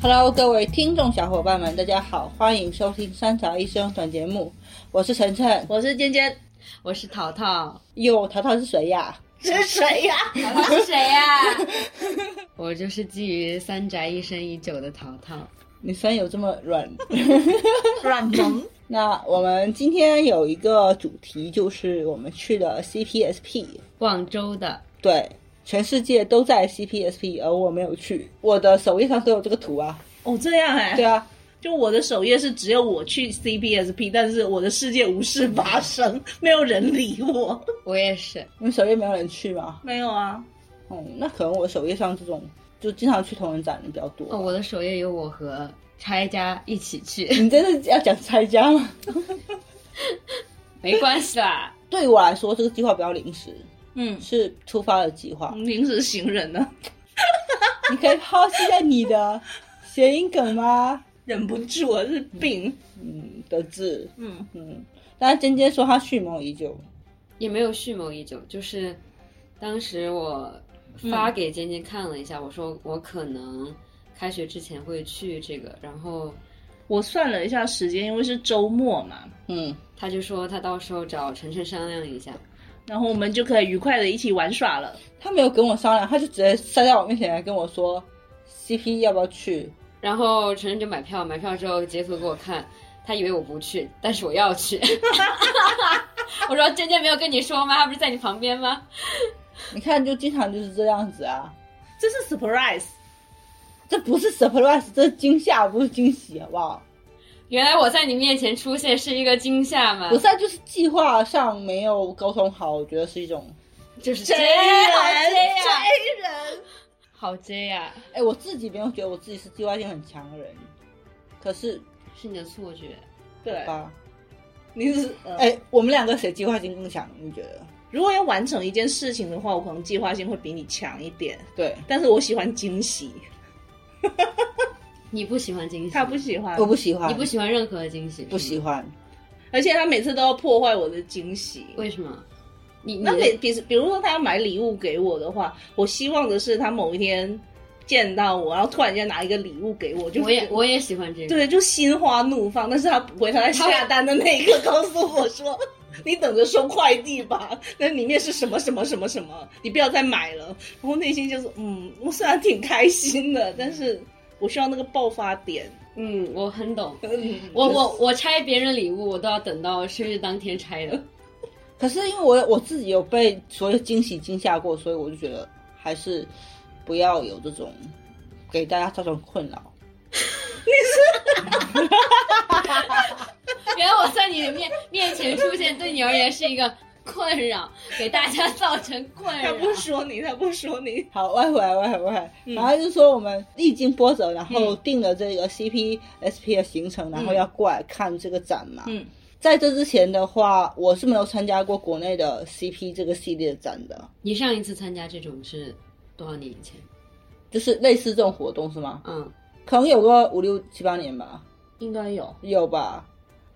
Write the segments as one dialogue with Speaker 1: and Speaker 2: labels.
Speaker 1: Hello，各位听众小伙伴们，大家好，欢迎收听《三宅一生》短节目，我是晨晨。
Speaker 2: 我是尖尖，我是淘淘，
Speaker 1: 哟，淘淘是谁呀？
Speaker 3: 是谁呀、
Speaker 2: 淘淘是谁 呀、我就是基于三宅一生已久的淘淘。
Speaker 1: 你声音有这么软？
Speaker 3: 软萌，
Speaker 1: 那我们今天有一个主题，就是我们去了 CPSP，
Speaker 2: 广州的，
Speaker 1: 对，全世界都在 CPSP，而我没有去，我的首页上都有这个图啊。
Speaker 3: 哦，这样哎、
Speaker 1: 对啊，
Speaker 3: 就我的首页是只有我去 CPSP，但是我的世界无事发生， 没有人理我。
Speaker 2: 我也是。
Speaker 1: 你首页没有人去吗？
Speaker 3: 没有啊，
Speaker 1: 嗯，那可能我首页上这种就经常去同人展的比较多。
Speaker 2: 哦，我的首页有我和拆家一起去，
Speaker 1: 你真的要讲拆家吗？
Speaker 2: 没关系啦。
Speaker 1: 对我来说，这个计划比较临时，
Speaker 3: 嗯，
Speaker 1: 是突发的计划。
Speaker 3: 临时行人啊呢、
Speaker 1: 你可以剖析一下你的谐音梗吗？
Speaker 3: 忍不住啊，是病。
Speaker 1: 嗯，得志，
Speaker 3: 嗯，
Speaker 1: 嗯。但是尖尖说他蓄谋已久，
Speaker 2: 也没有蓄谋已久，就是当时我发给尖尖看了一下，我说我可能开学之前会去这个，然后
Speaker 3: 我算了一下时间，因为是周末嘛，
Speaker 1: 嗯，
Speaker 2: 他就说他到时候找晨晨商量一下。
Speaker 3: 然后我们就可以愉快的一起玩耍了。
Speaker 1: 他没有跟我商量，他就直接塞在我面前来跟我说，CP 要不要去？
Speaker 2: 然后晨晨就买票，买票之后截图给我看，他以为我不去，但是我要去。 我说尖尖没有跟你说吗？他不是在你旁边吗？
Speaker 1: 你看，就经常就是这样子啊，
Speaker 3: 这是 surprise，
Speaker 1: 这不是 surprise，这是惊吓，不是惊喜，好不好？
Speaker 2: 原来我在你面前出现是一个惊吓嘛
Speaker 1: 不，是啊，就是计划上没有沟通好，我觉得是一种。
Speaker 2: 就是
Speaker 3: 真
Speaker 2: J
Speaker 3: 人
Speaker 2: 好 J 呀、
Speaker 3: 真人，
Speaker 2: 好 J 呀、
Speaker 1: 哎，我自己没有觉得我自己是计划性很强的人，可是
Speaker 2: 是你的错觉。
Speaker 3: 对，啊
Speaker 1: 吧，
Speaker 3: 你是哎、
Speaker 1: 哎，我们两个谁计划性更强？你觉得？
Speaker 3: 如果要完成一件事情的话，我可能计划性会比你强一点，
Speaker 1: 对，
Speaker 3: 但是我喜欢惊喜，
Speaker 2: 你不喜欢惊喜，
Speaker 3: 他不，喜欢，
Speaker 1: 我不喜欢，
Speaker 2: 你不喜欢任何的惊喜，
Speaker 1: 不喜
Speaker 2: 欢。
Speaker 1: 欢。
Speaker 3: 而且他每次都要破坏我的惊喜。
Speaker 2: 为什么？你你
Speaker 3: 那
Speaker 2: 的
Speaker 3: 给比比如说他要买礼物给我的话，我希望的是他某一天见到我，然后突然间拿一个礼物给我，就
Speaker 2: 我也我也喜欢这个。
Speaker 3: 对，就心花怒放。但是他不会，他在下单的那一刻告诉我 说：“你等着收快递吧，那里面是什么什么什么什么，你不要再买了。”然后内心就是嗯，我虽然挺开心的，但是我需要那个爆发点。
Speaker 2: 嗯，我很懂。
Speaker 3: 嗯，
Speaker 2: 我我我拆别人礼物，我都要等到生日当天拆的。
Speaker 1: 可是因为我我自己有被所有惊喜惊吓过，所以我就觉得还是不要有这种给大家造成困扰。
Speaker 2: 原来我在你的面面前出现，对你而言是一个困扰，给大家造成困
Speaker 3: 他
Speaker 2: 扰。
Speaker 3: 不说你，他不说你，
Speaker 1: 好，歪回来，歪回来，歪回来。
Speaker 2: 嗯
Speaker 1: 然后就是说我们历经波折，然后定了这个 CPSP 的行程，然后
Speaker 2: 嗯
Speaker 1: 要过来看这个展嘛。
Speaker 3: 嗯，
Speaker 1: 在这之前的话，我是没有参加过国内的 CP 这个系列的展的，
Speaker 2: 你上一次参加这种是多少年以前？
Speaker 1: 就是类似这种活动是吗？
Speaker 2: 嗯，
Speaker 1: 可能有个五六七八年吧。
Speaker 3: 应该有。
Speaker 1: 有吧？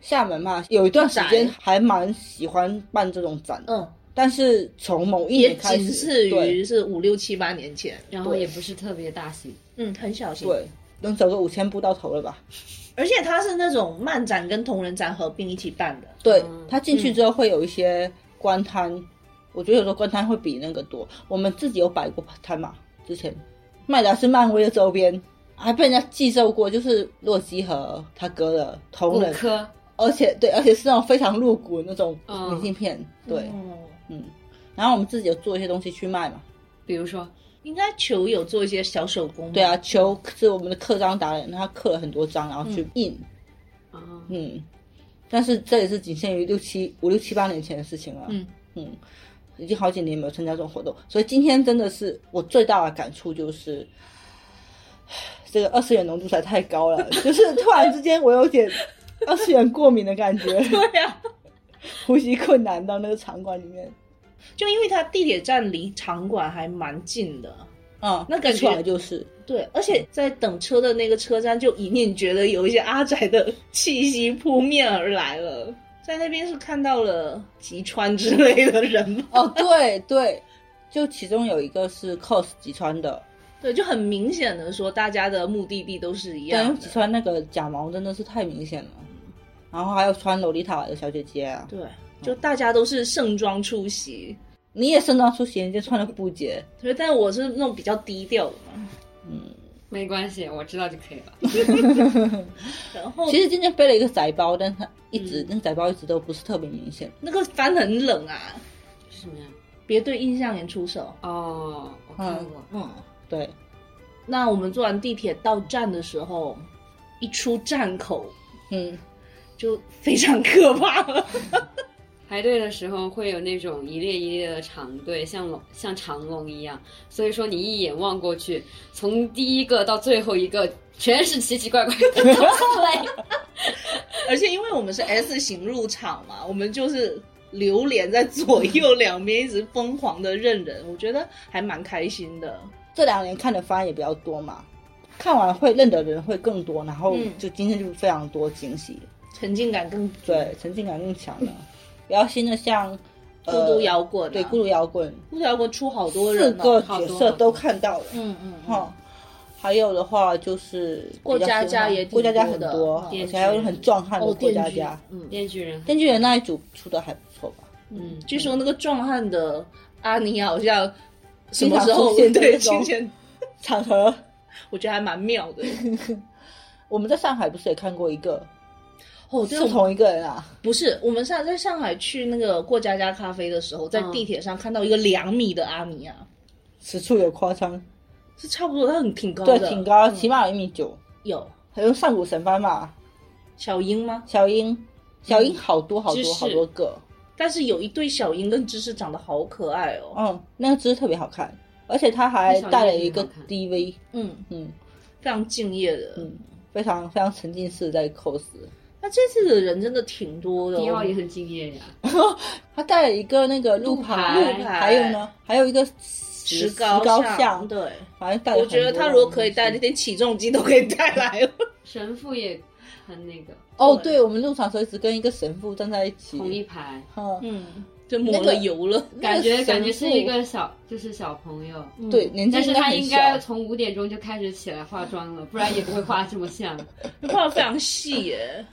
Speaker 1: 厦门嘛，有一段时间
Speaker 3: 展
Speaker 1: 还蛮喜欢办这种展的，
Speaker 3: 嗯，
Speaker 1: 但是从某一
Speaker 3: 也
Speaker 1: 年开
Speaker 3: 仅
Speaker 1: 始，
Speaker 3: 次
Speaker 1: 对
Speaker 3: 于是五六七八年前。
Speaker 2: 然后也不是特别大型，
Speaker 3: 嗯，很小心。
Speaker 1: 对，能走个五千步到头了吧？
Speaker 3: 而且它是那种漫展跟同人展合并一起办的。
Speaker 1: 对
Speaker 2: 嗯，
Speaker 1: 他进去之后会有一些官摊，我觉得有时候官摊会比那个多。我们自己有摆过摊嘛，之前卖的是漫威的周边，还被人家寄售过，就是洛基和他哥的同
Speaker 2: 骨
Speaker 1: 人，
Speaker 2: 科。
Speaker 1: 而且对，而且是那种非常露骨的那种
Speaker 2: 嗯
Speaker 1: 明信片，对，
Speaker 3: 哦
Speaker 1: 嗯。然后我们自己有做一些东西去卖嘛，
Speaker 2: 比如说，
Speaker 3: 应该球友做一些小手工。
Speaker 1: 对，啊，球是我们的刻章达人，他刻了很多章，然后
Speaker 3: 嗯
Speaker 1: 去印，
Speaker 2: 啊、
Speaker 1: 嗯但是这也是仅限于六七五六七八年前的事情了，
Speaker 3: 嗯
Speaker 1: 嗯，已经好几年没有参加这种活动，所以今天真的是我最大的感触就是， 这个二次元浓度实在太高了， 就是突然之间我有点二次元过敏的感 觉，
Speaker 3: 对啊，
Speaker 1: 呼吸困难到那个场馆里面，
Speaker 3: 就因为它地铁站离场馆还蛮近的。
Speaker 1: 嗯，
Speaker 3: 哦那感觉
Speaker 1: 出来就是
Speaker 3: 对，而且在等车的那个车站，就隐隐觉得有一些阿宅的气息扑面而来了。在那边是看到了吉川之类的人吗？
Speaker 1: 哦，对对，就其中有一个是 cos 吉川的，
Speaker 3: 对，就很明显的说，大家的目的地都是一
Speaker 1: 对，
Speaker 3: 样
Speaker 1: 尤
Speaker 3: 的
Speaker 1: 其。穿那个假毛真的是太明显了，然后还有穿洛丽塔的小姐姐啊，
Speaker 3: 对，就大家都是盛装出席，
Speaker 1: 你也盛装出席，你就穿了布姐，
Speaker 3: 所以但我是那种比较低调的嘛。
Speaker 2: 没关系，我知道就可 以了。
Speaker 3: 然后
Speaker 1: 其实今天背了一个窄包，但是一直、那个窄包一直都不是特别明显。
Speaker 3: 那个帆很冷啊，
Speaker 2: 是什么呀？
Speaker 3: 别对印象岩出手。
Speaker 2: 哦，我看过。
Speaker 3: 嗯，
Speaker 1: 对，
Speaker 3: 那我们坐完地铁到站的时候，一出站口
Speaker 1: 嗯，
Speaker 3: 就非常可怕 了。
Speaker 2: 排队的时候会有那种一列一列的长队，像龙像长龙一样。所以说你一眼望过去，从第一个到最后一个，全是奇奇怪怪的东 西。
Speaker 3: 而且因为我们是 S 型入场嘛，我们就是流连在左右两边，一直疯狂的认人，我觉得还蛮开心的。
Speaker 1: 这两年看的番也比较多嘛，看完会认得的人会更多，然后
Speaker 3: 嗯
Speaker 1: 就今天就非常多惊喜，
Speaker 3: 沉浸感更足
Speaker 1: 对，沉浸感更强了。然后新的像
Speaker 3: 孤
Speaker 1: 呃
Speaker 3: 独摇滚啊、
Speaker 1: 对孤独摇滚，
Speaker 3: 孤独摇滚出好多
Speaker 1: 四
Speaker 3: 人、
Speaker 1: 个
Speaker 3: 哦，
Speaker 2: 好
Speaker 1: 角
Speaker 2: 多
Speaker 1: 色
Speaker 2: 好
Speaker 1: 都
Speaker 2: 多
Speaker 1: 看到了，
Speaker 3: 嗯嗯嗯，
Speaker 1: 哦，还有的话就是
Speaker 3: 过
Speaker 1: 比较
Speaker 3: 家
Speaker 1: 喜
Speaker 3: 家
Speaker 1: 欢
Speaker 3: 也挺
Speaker 1: 过家家
Speaker 3: 多
Speaker 1: 很
Speaker 3: 的
Speaker 1: 多，
Speaker 3: 嗯
Speaker 1: 而
Speaker 2: 电
Speaker 1: 且还有
Speaker 2: 锯
Speaker 1: 很壮汉的
Speaker 3: 哦，
Speaker 1: 过
Speaker 3: 电
Speaker 1: 家
Speaker 3: 锯
Speaker 1: 家。，
Speaker 3: 嗯，
Speaker 2: 电锯人，
Speaker 1: 电锯人那一组出的还不错吧？
Speaker 2: 嗯，
Speaker 3: 据说那个壮汉的阿尼好像
Speaker 1: 经
Speaker 3: 什么
Speaker 1: 常
Speaker 3: 时候
Speaker 1: 出现
Speaker 3: 对
Speaker 1: 这种
Speaker 3: 出现，
Speaker 1: 场合，
Speaker 3: 我觉得还蛮 妙的。
Speaker 1: 我们在上海不是也看过一个，
Speaker 3: 哦，对，
Speaker 1: 是
Speaker 3: 我
Speaker 1: 同一个人啊？
Speaker 3: 不是我们上在上海去那个过家家咖啡的时候，在
Speaker 2: 嗯
Speaker 3: 地铁上看到一个两米的阿尼啊，
Speaker 1: 此处有夸张，
Speaker 3: 是差不多，他很挺高
Speaker 1: 对
Speaker 3: 的，，
Speaker 1: 挺高，
Speaker 3: 嗯
Speaker 1: 起码有一米九。
Speaker 3: 有
Speaker 1: 还有上古神番嘛，
Speaker 3: 小樱吗？
Speaker 1: 小
Speaker 3: 嗯
Speaker 1: 樱，小樱好多好
Speaker 2: 芝
Speaker 1: 多
Speaker 2: 士
Speaker 1: 好多个，
Speaker 3: 但是有一对小樱跟芝士长得好可爱哦。
Speaker 1: 嗯，那个姿势特别好看，而且他还
Speaker 2: 那小樱
Speaker 1: 带了
Speaker 2: 也
Speaker 1: 一
Speaker 2: 挺
Speaker 1: 个
Speaker 2: 好看
Speaker 1: DV，
Speaker 3: 嗯，
Speaker 1: 嗯
Speaker 3: 非常敬业的。嗯，
Speaker 1: 嗯，非常非常沉浸式在 cos。
Speaker 3: 那这次的人真的挺多的、
Speaker 2: 迪奥也
Speaker 3: 哦。
Speaker 2: 很敬业呀。
Speaker 1: 他带了一个那个路
Speaker 2: 路
Speaker 1: 牌，
Speaker 2: 牌
Speaker 3: 路牌
Speaker 1: 还有呢，还有一个石
Speaker 3: 膏
Speaker 1: 膏
Speaker 3: 像，
Speaker 1: 像，
Speaker 3: 对，
Speaker 1: 反正带了
Speaker 3: 我觉得
Speaker 1: 很多
Speaker 3: 他如果可以
Speaker 1: 东西
Speaker 3: 带，连起重机都可以带来哦了。
Speaker 2: 神父也很那个，
Speaker 1: 哦，
Speaker 3: 对
Speaker 1: 对，我们入场时候一直跟一个神父站在一起，
Speaker 2: 同一排，
Speaker 1: 嗯，
Speaker 3: 嗯，就
Speaker 1: 那
Speaker 3: 抹
Speaker 1: 个
Speaker 3: 了油了。
Speaker 2: 感
Speaker 1: 那个
Speaker 2: 觉
Speaker 1: 神
Speaker 2: 感觉是一
Speaker 1: 父嗯
Speaker 2: 个小，就是小朋友。
Speaker 1: 对，
Speaker 3: 嗯
Speaker 1: 年纪
Speaker 2: 但是他
Speaker 1: 很
Speaker 2: 应
Speaker 1: 小，
Speaker 2: 该从五点钟就开始起来化妆了，不然也不会化这么像。
Speaker 3: 嗯，画的非常细 耶。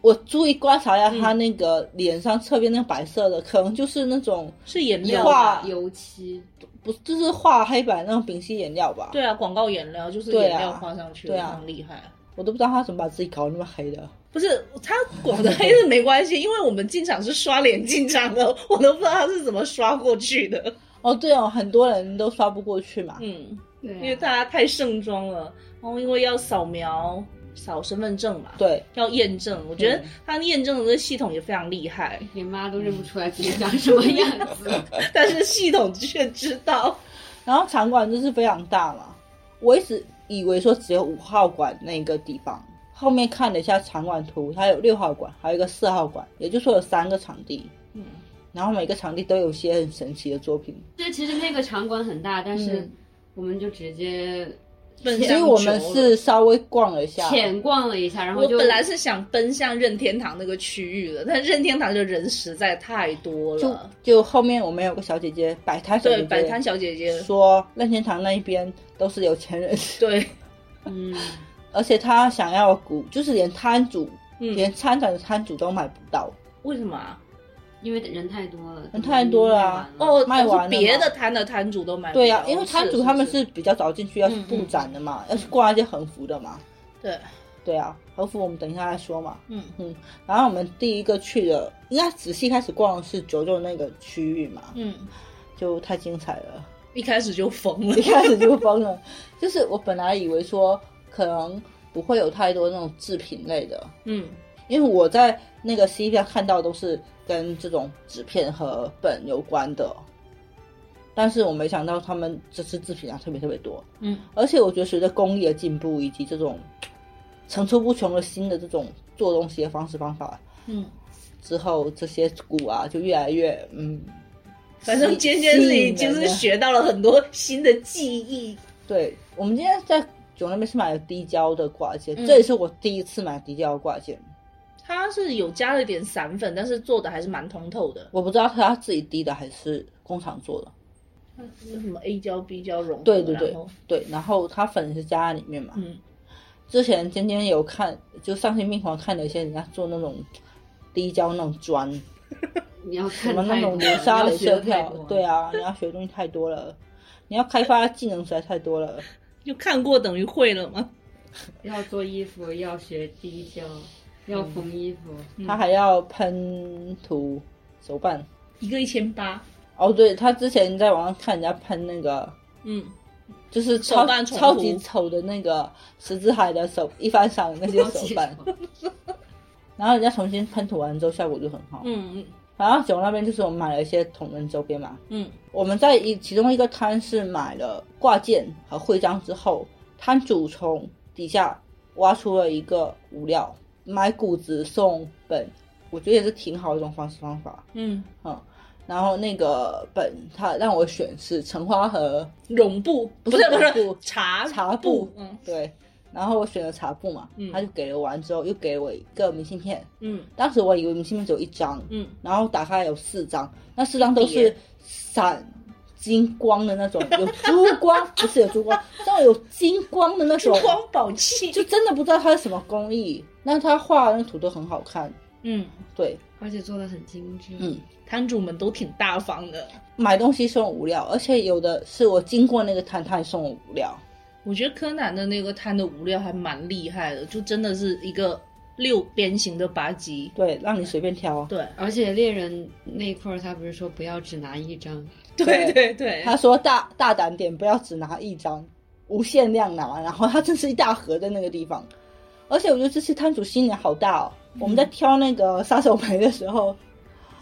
Speaker 1: 我注意观察一
Speaker 3: 嗯
Speaker 1: 下他那个脸上侧边那个白色的，可能就是那种
Speaker 3: 是颜
Speaker 1: 油
Speaker 3: 料吧，
Speaker 1: 画
Speaker 2: 油漆，
Speaker 1: 不就是画黑板那种丙烯颜料吧？，
Speaker 3: 对啊，广告颜料就是
Speaker 1: 对
Speaker 3: 颜
Speaker 1: 啊
Speaker 3: 料画上去的，
Speaker 1: 对
Speaker 3: 非
Speaker 1: 啊
Speaker 3: 常厉害。
Speaker 1: 我都不知道他怎么把自己搞那么黑的。
Speaker 3: 不是他 广的黑是没关系，因为我们进场是刷脸进场的， 我都不知道他是怎么刷过去的。
Speaker 1: 哦，对哦，很多人都刷不过去嘛。
Speaker 3: 嗯，
Speaker 2: 对啊、
Speaker 3: 因为大家太盛装了，然后因为要扫描扫身份证嘛，，
Speaker 1: 对，
Speaker 3: 要验证。我觉得
Speaker 1: 嗯
Speaker 3: 他验证的这系统也非常厉害，
Speaker 2: 连妈都认不出来自己长什么样子。
Speaker 3: 但是系统却知道，
Speaker 1: 然后场馆就是非常大嘛，我一直以为说只有五号馆那个地方，后面看了一下场馆图，它有六号馆，还有一个四号馆，也就是说有三个场地。
Speaker 3: 嗯，
Speaker 1: 然后每个场地都有一些很神奇的作品，
Speaker 2: 这其实那个场馆很大，但是
Speaker 1: 嗯
Speaker 2: 我们就直接
Speaker 3: 奔
Speaker 1: 所
Speaker 3: 向
Speaker 1: 以我们
Speaker 3: 九楼。
Speaker 1: 是稍微逛了一下，
Speaker 2: 浅逛了一下，然后
Speaker 3: 我
Speaker 2: 就
Speaker 3: 本来是想奔向任天堂那个区域的，但任天堂的人实在太多
Speaker 1: 就
Speaker 3: 了。
Speaker 1: 就后面我们有个小姐姐摆摊小姐
Speaker 3: 对，
Speaker 1: 姐，
Speaker 3: 摆摊小姐姐，
Speaker 1: 说任天堂那一边都是有钱人，
Speaker 3: 对，
Speaker 2: 嗯，
Speaker 1: 而且她想要股，就是连摊主、
Speaker 3: 嗯
Speaker 1: 连参展的摊主都买不到，
Speaker 3: 为什么啊？
Speaker 2: 因为人太多了，
Speaker 1: 人太多了啊
Speaker 2: 嗯
Speaker 3: 哦，
Speaker 1: 卖完了吗
Speaker 3: 别的摊的摊主都买不
Speaker 1: 对呀、啊
Speaker 3: 到
Speaker 1: 因为摊主他们是比较早进去，要去布展的嘛，要去挂一些横幅的嘛。
Speaker 3: 对，
Speaker 1: 对啊，横幅我们等一下再说嘛。
Speaker 3: 嗯
Speaker 1: 然后我们第一个去的，应该仔细开始逛的是九九那个区域嘛，
Speaker 3: 嗯，
Speaker 1: 就太精彩了，
Speaker 3: 一开始就疯了
Speaker 1: 一，开始就疯了。就是我本来以为说可能不会有太多那种制品类的，
Speaker 3: 嗯
Speaker 1: 因为我在那个 C 片看到都是跟这种纸片和本有关的，但是我没想到他们这次制品啊特别特别多，
Speaker 3: 嗯，
Speaker 1: 而且我觉得随着工艺的进步以及这种层出不穷的新的这种做东西的方式方法
Speaker 3: 嗯，
Speaker 1: 之后，这些股啊就越来越嗯，
Speaker 3: 反正尖尖自己就是学到了很多新的技艺，
Speaker 1: 对我们今天在九那边是买了滴胶的挂件，
Speaker 3: 嗯
Speaker 1: 这也是我第一次买滴胶的挂件，
Speaker 3: 它是有加了一点散粉，但是做的还是蛮通透的。
Speaker 1: 我不知道它自己滴的还是工厂做的。
Speaker 3: 那什么 A 胶 B 胶融合，
Speaker 1: 对对对
Speaker 3: 然后
Speaker 1: 对，然后他粉是加在里面嘛。
Speaker 3: 嗯
Speaker 1: 之前尖尖有看，就丧心病狂看了一些人家做那种滴胶那种砖，
Speaker 2: 你要
Speaker 1: 什
Speaker 2: 看
Speaker 1: 么那
Speaker 2: 太多
Speaker 1: 种
Speaker 2: 了
Speaker 1: 流沙
Speaker 2: 你
Speaker 1: 镭
Speaker 2: 要学的
Speaker 1: 射
Speaker 2: 太
Speaker 1: 票
Speaker 2: 多了，
Speaker 1: 对啊，你要学的东西太多了，你要开发技能实在太多了。
Speaker 3: 就看过等于会了吗？
Speaker 2: 要做衣服，要学滴胶，要缝衣服，
Speaker 1: 他还要喷涂手办。
Speaker 3: 一个一千八，
Speaker 1: 哦，对，他之前在网上看人家喷那个，
Speaker 3: 嗯，
Speaker 1: 就是
Speaker 3: 手
Speaker 1: 超
Speaker 3: 办重
Speaker 1: 超
Speaker 3: 涂
Speaker 1: 级丑的那个十字海的手一翻赏的那些
Speaker 2: 要
Speaker 1: 手
Speaker 2: 记
Speaker 1: 办，
Speaker 2: 住
Speaker 1: 然后人家重新喷涂完之后效果就很好。
Speaker 3: 嗯嗯
Speaker 1: 然后啊九那边就是我们买了一些同人周边嘛，
Speaker 3: 嗯，
Speaker 1: 我们在一其中一个摊是买了挂件和徽章之后，摊主从底下挖出了一个物料，买谷子送本，我觉得也是挺好的一种方式方法。
Speaker 3: 嗯，
Speaker 1: 嗯，然后那个本他让我选是橙花和
Speaker 3: 绒布不是不
Speaker 1: 绒
Speaker 3: 是
Speaker 1: 布
Speaker 3: 茶
Speaker 1: 茶
Speaker 3: 布
Speaker 1: 布，
Speaker 3: 嗯
Speaker 1: 对，然后我选了茶布嘛，
Speaker 3: 嗯
Speaker 1: 他就给了我完之后又给我一个明信片，
Speaker 3: 嗯
Speaker 1: 当时我以为明信片只有一张，
Speaker 3: 嗯，
Speaker 1: 然后打开有四张，那四张都
Speaker 3: 一
Speaker 1: 是
Speaker 3: 叠
Speaker 1: 闪金光的那 种，有珠光不是有珠光，但有金光的那
Speaker 3: 珠
Speaker 1: 种，
Speaker 3: 光宝气，
Speaker 1: 就真的不知道它是什么工艺。那他画的那图都很好看，
Speaker 3: 嗯，
Speaker 1: 对，
Speaker 2: 而且做的很精致。
Speaker 1: 嗯，
Speaker 3: 摊主们都挺大方的。
Speaker 1: 买东西送无料，而且有的是我经过那个摊，他也送我无料。
Speaker 3: 我觉得柯南的那个摊的物料还蛮厉害的，就真的是一个六边形的吧唧。
Speaker 1: 对，让你随便挑。
Speaker 3: 对
Speaker 2: 而且猎人那一块儿，他不是说不要只拿一张，
Speaker 3: 对对对，
Speaker 1: 他说大大胆点，不要只拿一张，无限量拿。然后他真是一大盒在那个地方，而且我觉得这次摊主心眼好大哦。我们在挑那个杀手梅的时候，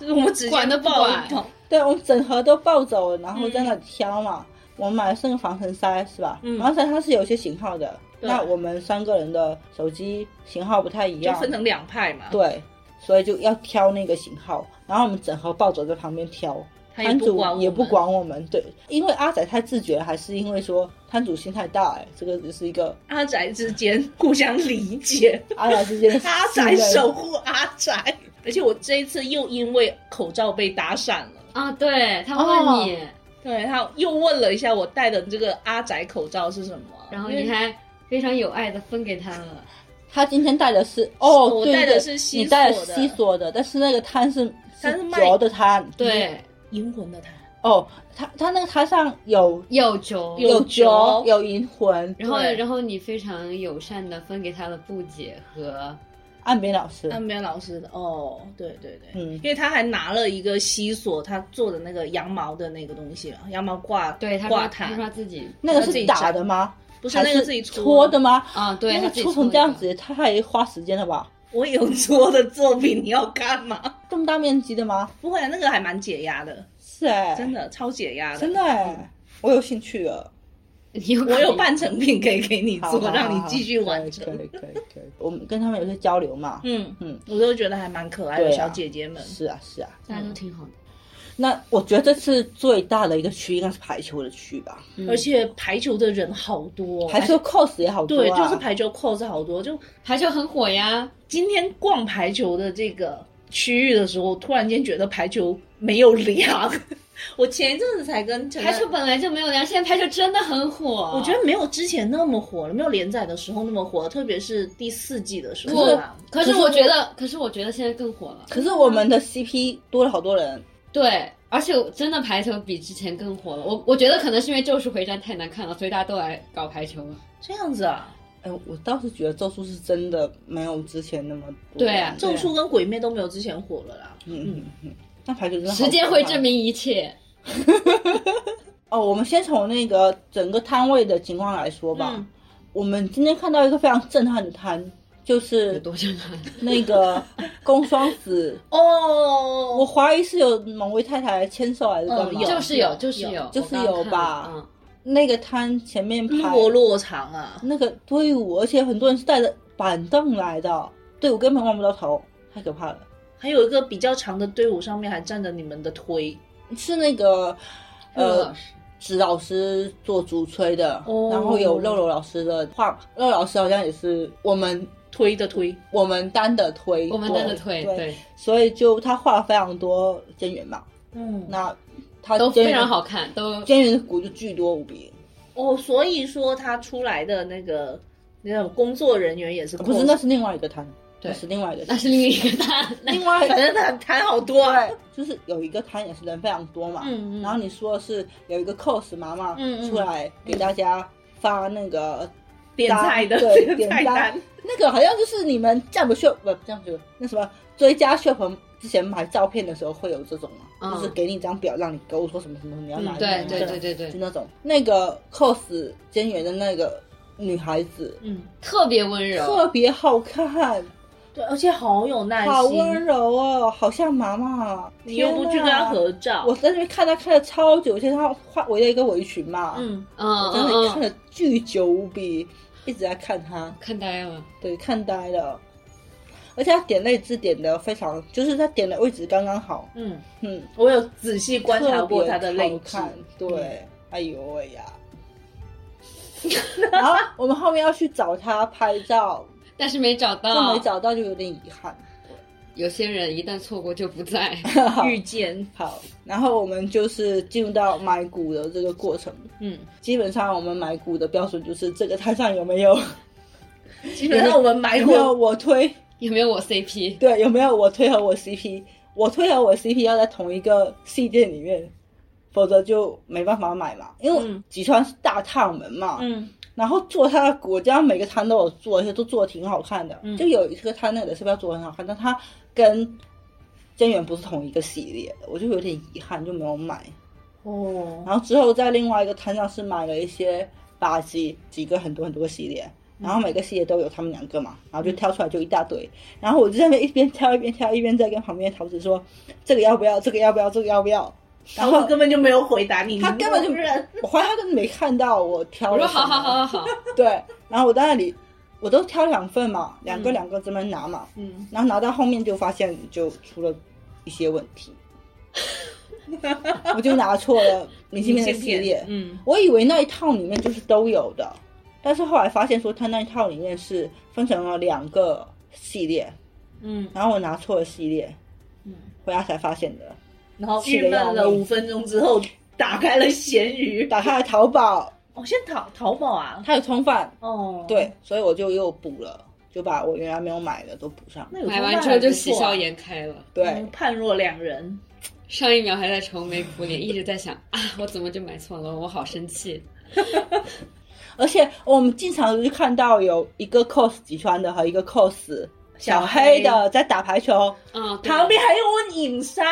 Speaker 3: 我们直接
Speaker 2: 管都不
Speaker 3: 抱一
Speaker 2: 管
Speaker 3: 抱
Speaker 1: 对我们整盒都抱走了，然后在那里挑嘛。我们买的是那个防尘塞是吧？
Speaker 3: 嗯
Speaker 1: 防尘塞它是有一些型号的，
Speaker 3: 对
Speaker 1: 那我们三个人的手机型号不太一
Speaker 3: 就
Speaker 1: 样，
Speaker 3: 分成两派嘛。，
Speaker 1: 对，所以就要挑那个型号，然后我们整盒抱走在旁边挑。
Speaker 3: 他也
Speaker 1: 摊
Speaker 3: 不
Speaker 1: 主
Speaker 3: 管，
Speaker 1: 也不。管我们，对，因为阿仔太自觉，还是因为说摊主心太大、哎，这个只是一个
Speaker 3: 阿宅之间互相理解，
Speaker 1: 阿仔之间的
Speaker 3: 阿宅
Speaker 1: 信任
Speaker 3: 守护阿宅。而且我这一次又因为口罩被打散了，
Speaker 2: 啊，对他问你，
Speaker 3: 对他又问了一下我戴的这个阿宅口罩是什么，
Speaker 2: 然后
Speaker 3: 因为
Speaker 2: 你还非常有爱的分给他了。
Speaker 1: 他今天带的是哦，
Speaker 3: 我
Speaker 1: 对
Speaker 3: 带的
Speaker 1: 对
Speaker 3: 是西
Speaker 1: 你带
Speaker 3: 索的
Speaker 1: 西索的，但是那个摊是
Speaker 3: 他是卖
Speaker 1: 轴的摊，
Speaker 2: 对，
Speaker 3: 银魂的他
Speaker 1: 哦，他他那个摊上有
Speaker 2: 有酒，
Speaker 3: 有
Speaker 1: 轴
Speaker 3: 轴
Speaker 1: 有银魂，
Speaker 2: 然后
Speaker 3: 对
Speaker 2: 然后你非常友善的分给他了布姐和
Speaker 1: 岸边老师，
Speaker 3: 岸边老师的哦，对对对，
Speaker 1: 嗯
Speaker 3: 因为他还拿了一个西索他做的那个羊毛的那个东西，羊毛挂
Speaker 2: 对他说
Speaker 3: 挂
Speaker 2: 他说他
Speaker 3: 毯，
Speaker 2: 自己
Speaker 1: 那个
Speaker 3: 他自己
Speaker 1: 是打
Speaker 3: 粘
Speaker 1: 的吗？
Speaker 3: 不是
Speaker 1: 还
Speaker 3: 那个自己
Speaker 1: 搓
Speaker 3: 搓
Speaker 1: 的，吗？
Speaker 2: 啊，对，
Speaker 1: 那个
Speaker 2: 他自己
Speaker 1: 搓
Speaker 2: 出
Speaker 1: 成这样，子，他还花时间了吧？
Speaker 3: 我有搓的作品，你要干嘛？
Speaker 1: 这么大面积的吗？
Speaker 3: 不会啊，那个还蛮解压的，
Speaker 1: 是哎、
Speaker 3: 真的嗯超解压的，
Speaker 1: 真的哎、我有兴趣了。
Speaker 2: 你又
Speaker 3: 我有
Speaker 2: 办
Speaker 3: 半成品可以给你
Speaker 1: 好
Speaker 3: 做，
Speaker 1: 好
Speaker 3: 让你
Speaker 1: 好
Speaker 3: 继续
Speaker 1: 可以
Speaker 3: 完成。
Speaker 1: 可以可以可以，我们跟他们有些交流嘛。
Speaker 3: 嗯
Speaker 1: 嗯，
Speaker 3: 我都觉得还蛮可爱的
Speaker 1: 对啊
Speaker 3: 小姐姐们。
Speaker 1: 是啊是啊。
Speaker 2: 大家都挺好的，
Speaker 1: 那我觉得这次最大的一个区应该是排球的区吧，
Speaker 2: 嗯
Speaker 3: 而且排球的人好多，
Speaker 1: 排球 cos 也好多、啊。
Speaker 3: 对，就是排球 cos 好多。就
Speaker 2: 排球很火呀，
Speaker 3: 今天逛排球的这个区域的时候，突然间觉得排球没有凉。 我前一阵子才跟陈
Speaker 2: 排球，本来就没有凉，现在排球真的很火。
Speaker 3: 我觉得没有之前那么火了，没有连载的时候那么火，特别是第四季的时候
Speaker 2: 我
Speaker 3: 吧。
Speaker 2: 可是我觉得，可是我觉得现在更火了。
Speaker 1: 可是我们的 CP 多了好多人，
Speaker 2: 对，而且我真的排球比之前更火了。我我觉得可能是因为《咒术回战》太难看了，所以大家都来搞排球了。
Speaker 3: 这样子啊，
Speaker 1: 哎，我倒是觉得咒术是真的没有之前那么多人。
Speaker 2: 对啊
Speaker 3: 咒术跟鬼灭都没有之前火了啦。
Speaker 1: 嗯嗯嗯，那排球真的好
Speaker 2: 时间会
Speaker 1: 可怕
Speaker 2: 证明一切。
Speaker 1: 哦。我们先从那个整个摊位的情况来说吧。
Speaker 3: 嗯
Speaker 1: 我们今天看到一个非常震撼的摊，就是
Speaker 2: 有多震撼？
Speaker 1: 那个宫双子，
Speaker 3: 哦，
Speaker 1: 我怀疑是有某位太太牵手还是干嘛？
Speaker 3: 嗯 有
Speaker 2: 就是有，就是有，
Speaker 1: 就是
Speaker 2: 我
Speaker 1: 有
Speaker 2: 刚刚看
Speaker 1: 吧
Speaker 2: 了嗯
Speaker 1: 那个摊前面排
Speaker 3: 落落长啊，
Speaker 1: 那个队伍，而且很多人是带着板凳来的，队伍根本望不到头，太可怕了。
Speaker 3: 还有一个比较长的队伍，上面还站着你们的推
Speaker 1: 是那个
Speaker 2: 嗯，陆老
Speaker 1: 呃，
Speaker 2: 师
Speaker 1: 指老师做主吹的，
Speaker 3: 哦
Speaker 1: 然后有肉肉老师的画，肉肉老师好像也是我们
Speaker 3: 推的推，
Speaker 1: 我们单的推，
Speaker 2: 我们跟着推，
Speaker 1: 对，
Speaker 2: 对，
Speaker 1: 所以就他画了非常多兼员嘛。
Speaker 3: 嗯，
Speaker 1: 那它
Speaker 2: 都
Speaker 1: 煎
Speaker 2: 非
Speaker 1: 鱼
Speaker 2: 常好看，都
Speaker 1: 煎鱼骨就巨多无比，
Speaker 3: 哦，所以说他出来的那个那种工作人员也是
Speaker 1: 啊不是
Speaker 3: close
Speaker 1: 那是另外一个摊，
Speaker 2: 对
Speaker 1: 那是另外一个
Speaker 2: 那
Speaker 1: 摊，
Speaker 2: 是另一个大，那
Speaker 1: 另外
Speaker 3: 反正他谈好多哎、
Speaker 1: 就是有一个摊也是人非常多嘛，
Speaker 3: 嗯嗯
Speaker 1: 然后你说是有一个 cos 妈妈
Speaker 3: 嗯嗯
Speaker 1: 出来给大家发那个
Speaker 3: 点
Speaker 1: 单
Speaker 3: 菜的
Speaker 1: 对点
Speaker 3: 菜单
Speaker 1: 单，，那个好像就是你们占卜秀不占卜秀那什么追加秀朋之前买照片的时候会有这种嘛，
Speaker 2: 嗯
Speaker 1: 就是给你一张表让你勾说什么什么你要哪
Speaker 3: 嗯
Speaker 1: 一
Speaker 2: 对
Speaker 1: 张
Speaker 2: 对对对
Speaker 1: 就
Speaker 2: 对，
Speaker 1: 那种那个 cos 尖圆的那个女孩子。
Speaker 3: 嗯，
Speaker 2: 特别温柔，
Speaker 1: 特别好看，
Speaker 3: 对，而且好有耐心，
Speaker 1: 好温柔哦，好像妈妈。
Speaker 3: 你又不去跟他合照，
Speaker 1: 我在那边看他看了超久，现在他画围了一个围裙嘛，
Speaker 3: 嗯，
Speaker 2: 嗯
Speaker 1: 我在那里
Speaker 2: 嗯
Speaker 1: 看
Speaker 2: 嗯，
Speaker 1: 了巨久无比，一直在看他，
Speaker 2: 看呆了，
Speaker 1: 对，看呆了。而且他点类字点的非常，就是他点的位置刚刚好，
Speaker 3: 嗯，
Speaker 1: 嗯，
Speaker 3: 我有仔细观察过他的
Speaker 1: 特别
Speaker 3: 泪
Speaker 1: 好
Speaker 3: 痣，
Speaker 1: 看，对，哎呦喂呀！ 然后我们后面要去找他拍照，
Speaker 2: 但是没找
Speaker 1: 就
Speaker 2: 到，
Speaker 1: 没找到，就有点遗憾。
Speaker 2: 有些人一旦错过就不在，
Speaker 1: 好
Speaker 3: 遇见，
Speaker 1: 好，然后我们就是进入到买股的这个过程。
Speaker 3: 嗯，
Speaker 1: 基本上我们买股的标准就是这个摊上有没有
Speaker 3: 基本上我们买
Speaker 1: 有没有
Speaker 3: 过，
Speaker 1: 我推，
Speaker 2: 有没有我 CP？
Speaker 1: 对，有没有我推和我 CP，我推和我 CP 要在同一个系店里面，否则就没办法买嘛。因为
Speaker 3: 嗯
Speaker 1: 集川是大烫门嘛，
Speaker 3: 嗯
Speaker 1: 然后做它的果酱每个摊都有做，而且都做的挺好看的。
Speaker 3: 嗯
Speaker 1: 就有一个摊那个冷色标做的很好看，但它跟煎圆不是同一个系列的，我就有点遗憾，就没有买。
Speaker 3: 哦，
Speaker 1: 然后之后在另外一个摊上是买了一些吧唧，几个很多很多个系列，
Speaker 2: 嗯
Speaker 1: 然后每个系列都有他们两个嘛，然后就挑出来就一大堆。然后我就在那边一边挑一边挑，一边在跟旁边的桃子说：“这个要不要？这个要不要？这个要不要？”然
Speaker 3: 然
Speaker 1: 后
Speaker 3: 后根本就没有回答你，
Speaker 1: 他
Speaker 3: 你
Speaker 1: 根本就
Speaker 3: 默认
Speaker 1: 我怀疑他根本没看到我挑
Speaker 2: 我
Speaker 1: 了
Speaker 2: 说
Speaker 1: 什么。
Speaker 2: 好好好好好，
Speaker 1: 对，然后我在那里我都挑两份嘛，两个
Speaker 3: 嗯
Speaker 1: 两个这么拿嘛，
Speaker 3: 嗯，
Speaker 1: 然后拿到后面就发现就出了一些问 题，我就拿错了明信片的系列，
Speaker 3: 嗯
Speaker 1: 我以为那一套里面就是都有的，但是后来发现说它那一套里面是分成了两个系列，
Speaker 3: 嗯
Speaker 1: 然后我拿错了系列，
Speaker 3: 嗯，
Speaker 1: 回家才发现的。
Speaker 3: 然后
Speaker 1: 气
Speaker 3: 郁
Speaker 1: 得要
Speaker 3: 闷了
Speaker 1: 命
Speaker 3: 五分钟之后，打开了咸鱼，
Speaker 1: 打开了淘宝，
Speaker 3: 哦，现在淘淘宝啊，
Speaker 1: 它有充饭，
Speaker 3: 哦，
Speaker 1: 对，，所以我就又补了，就把我原来没有买的都补上。
Speaker 3: 那有
Speaker 2: 买
Speaker 3: 充
Speaker 2: 完
Speaker 3: 饭
Speaker 2: 之后
Speaker 3: 还
Speaker 2: 就
Speaker 3: 不
Speaker 2: 喜
Speaker 3: 错啊
Speaker 2: 笑颜开了。
Speaker 1: 对
Speaker 3: 嗯，判若两人，
Speaker 2: 上一秒还在愁眉苦脸，一直在想啊，我怎么就买错了？我好生气。
Speaker 1: 而且我们经常就看到有一个 cos 吉川的和一个 cos 小黑的
Speaker 3: 嗯
Speaker 1: 在打排球，
Speaker 2: 啊，对
Speaker 3: 旁边还有我尹山，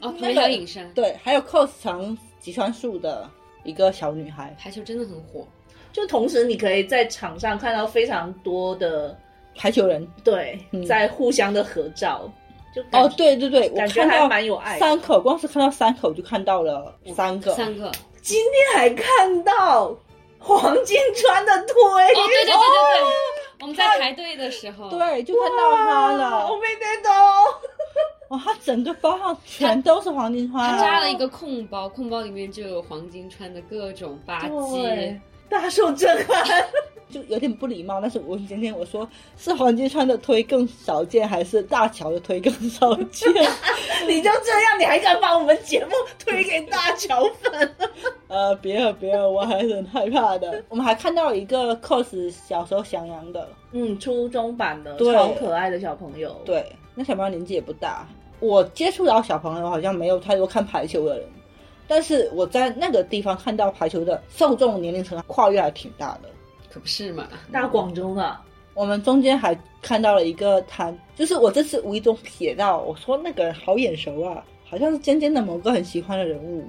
Speaker 2: 哦，旁边还有隐身。
Speaker 1: 对，还有 cos 成吉川树的一个小女孩。
Speaker 2: 排球真的很火，
Speaker 3: 就同时你可以在场上看到非常多的
Speaker 1: 排球人
Speaker 3: 对、
Speaker 1: 嗯
Speaker 3: 在互相的合照，就感
Speaker 1: 哦，对对对，我
Speaker 3: 感觉
Speaker 1: 看
Speaker 3: 还
Speaker 1: 到
Speaker 3: 蛮有爱的
Speaker 1: 三口，光是看到三口就看到了三个，
Speaker 2: 三个。哦，
Speaker 3: 今天还看到黄金川的推，
Speaker 2: 对对对对对，我们在排队的时候，
Speaker 1: 对，就看到他
Speaker 3: 哇 我
Speaker 1: 了。
Speaker 3: 没得懂，
Speaker 1: 哇，他整个包上全都是黄金
Speaker 2: 他扎
Speaker 1: 花，
Speaker 2: 了一个空包，空包里面就有黄金穿的各种吧
Speaker 3: 对
Speaker 2: 唧。，
Speaker 3: 大受震撼，
Speaker 1: 就有点不礼貌。但是我今天我说是黄金川的推更少见，还是大乔的推更少见？
Speaker 3: 你就这样，你还敢把我们节目推给大乔粉？
Speaker 1: 呃，别了别了，我还是很害怕的。我们还看到一个 cos 小时候翔阳的，
Speaker 3: 嗯，初中版的
Speaker 1: 对
Speaker 3: 超可爱的小朋友，，
Speaker 1: 对，那小朋友年纪也不大。我接触到小朋友好像没有太多看排球的人，但是我在那个地方看到排球的受众年龄层跨越还挺大的。
Speaker 2: 可不是嘛？
Speaker 3: 大广州的，
Speaker 1: 我们中间还看到了一个摊，就是我这次无意中瞥到，我说那个人好眼熟啊，好像是尖尖的某个很喜欢的人物，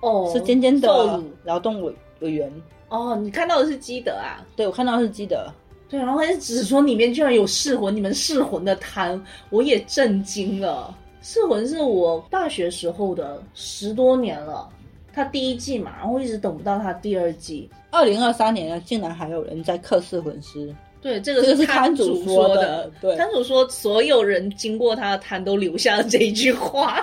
Speaker 3: 哦，
Speaker 1: 是尖尖
Speaker 3: 受
Speaker 1: 的啊
Speaker 3: 辱
Speaker 1: 劳动委委员。
Speaker 3: 哦，你看到的是基德啊，
Speaker 1: 对，我看到是基德，
Speaker 3: 对，然后他就只说里面居然有噬魂，你们噬魂的摊，我也震惊了。噬魂是我大学时候的十多年了，他第一季嘛，然后一直等不到他第二季。
Speaker 1: 二零二三年了，竟然还有人在克氏魂师，
Speaker 3: 对，这
Speaker 1: 这
Speaker 3: 个
Speaker 1: 个是
Speaker 3: 摊
Speaker 1: 摊
Speaker 3: 主
Speaker 1: 主
Speaker 3: 说
Speaker 1: 的，对
Speaker 3: 摊主说所有人经过他的摊都留下了这一句话。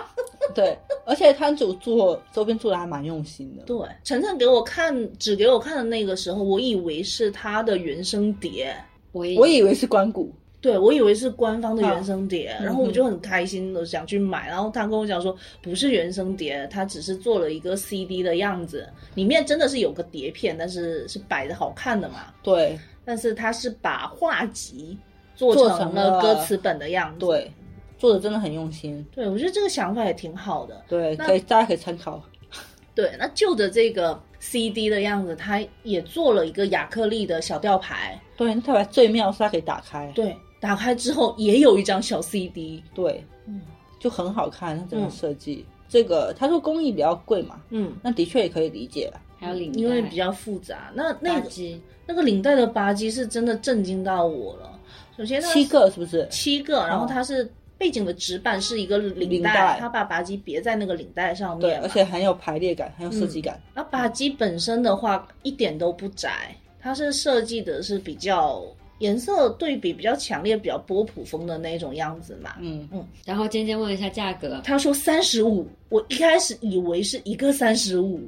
Speaker 1: 对，而且摊主做周边做的还蛮用心的，
Speaker 3: 对，晨晨给我看，只给我看的那个时候，我以为是他的原声碟。
Speaker 2: 我也
Speaker 1: 我以为是关谷，
Speaker 3: 对我以为是官方的原声碟，
Speaker 1: 嗯
Speaker 3: 然后我就很开心的想去买，然后他跟我讲说不是原声碟，他只是做了一个 CD 的样子，里面真的是有个碟片，但是是摆的好看的嘛，
Speaker 1: 对
Speaker 3: 但是他是把画集做
Speaker 1: 做
Speaker 3: 成
Speaker 1: 成
Speaker 3: 了
Speaker 1: 了
Speaker 3: 歌词本的样子，
Speaker 1: 对，做的真的很用心，
Speaker 3: 对，我觉得这个想法也挺好的。
Speaker 1: 对，
Speaker 3: 那
Speaker 1: 可以大家可以参考。
Speaker 3: 对，那就着这个 CD 的样子，他也做了一个亚克力的小吊牌，
Speaker 1: 对，那特别最妙是它可以打开，
Speaker 3: 对，打开之后也有一张小 CD，
Speaker 1: 对，
Speaker 3: 嗯
Speaker 1: 就很好看，它整
Speaker 3: 嗯
Speaker 1: 个设计。这个他说工艺比较贵嘛，
Speaker 3: 嗯，
Speaker 1: 那的确也可以理解啦。
Speaker 2: 还有领带，
Speaker 3: 因为比较复杂。那那
Speaker 2: 垃
Speaker 3: 个
Speaker 2: 圾，
Speaker 3: 那个领带的吧唧是真的震惊到我了。首先它
Speaker 1: 七个是不是？
Speaker 3: 七个，然后
Speaker 1: 哦
Speaker 3: 它是背景的纸板是一个领
Speaker 1: 领带
Speaker 3: 他把吧唧别在那个领带上
Speaker 1: 对，
Speaker 3: 面嘛，
Speaker 1: 而且很有排列感，很有设计感。
Speaker 3: 那吧唧本身的话，一点都不窄，它是设计的是比较颜色对比比较强烈、比较波普风的那种样子嘛。
Speaker 1: 嗯，
Speaker 2: 然后尖尖问了一下价格，
Speaker 3: 他说三十五，我一开始以为是一个三十五，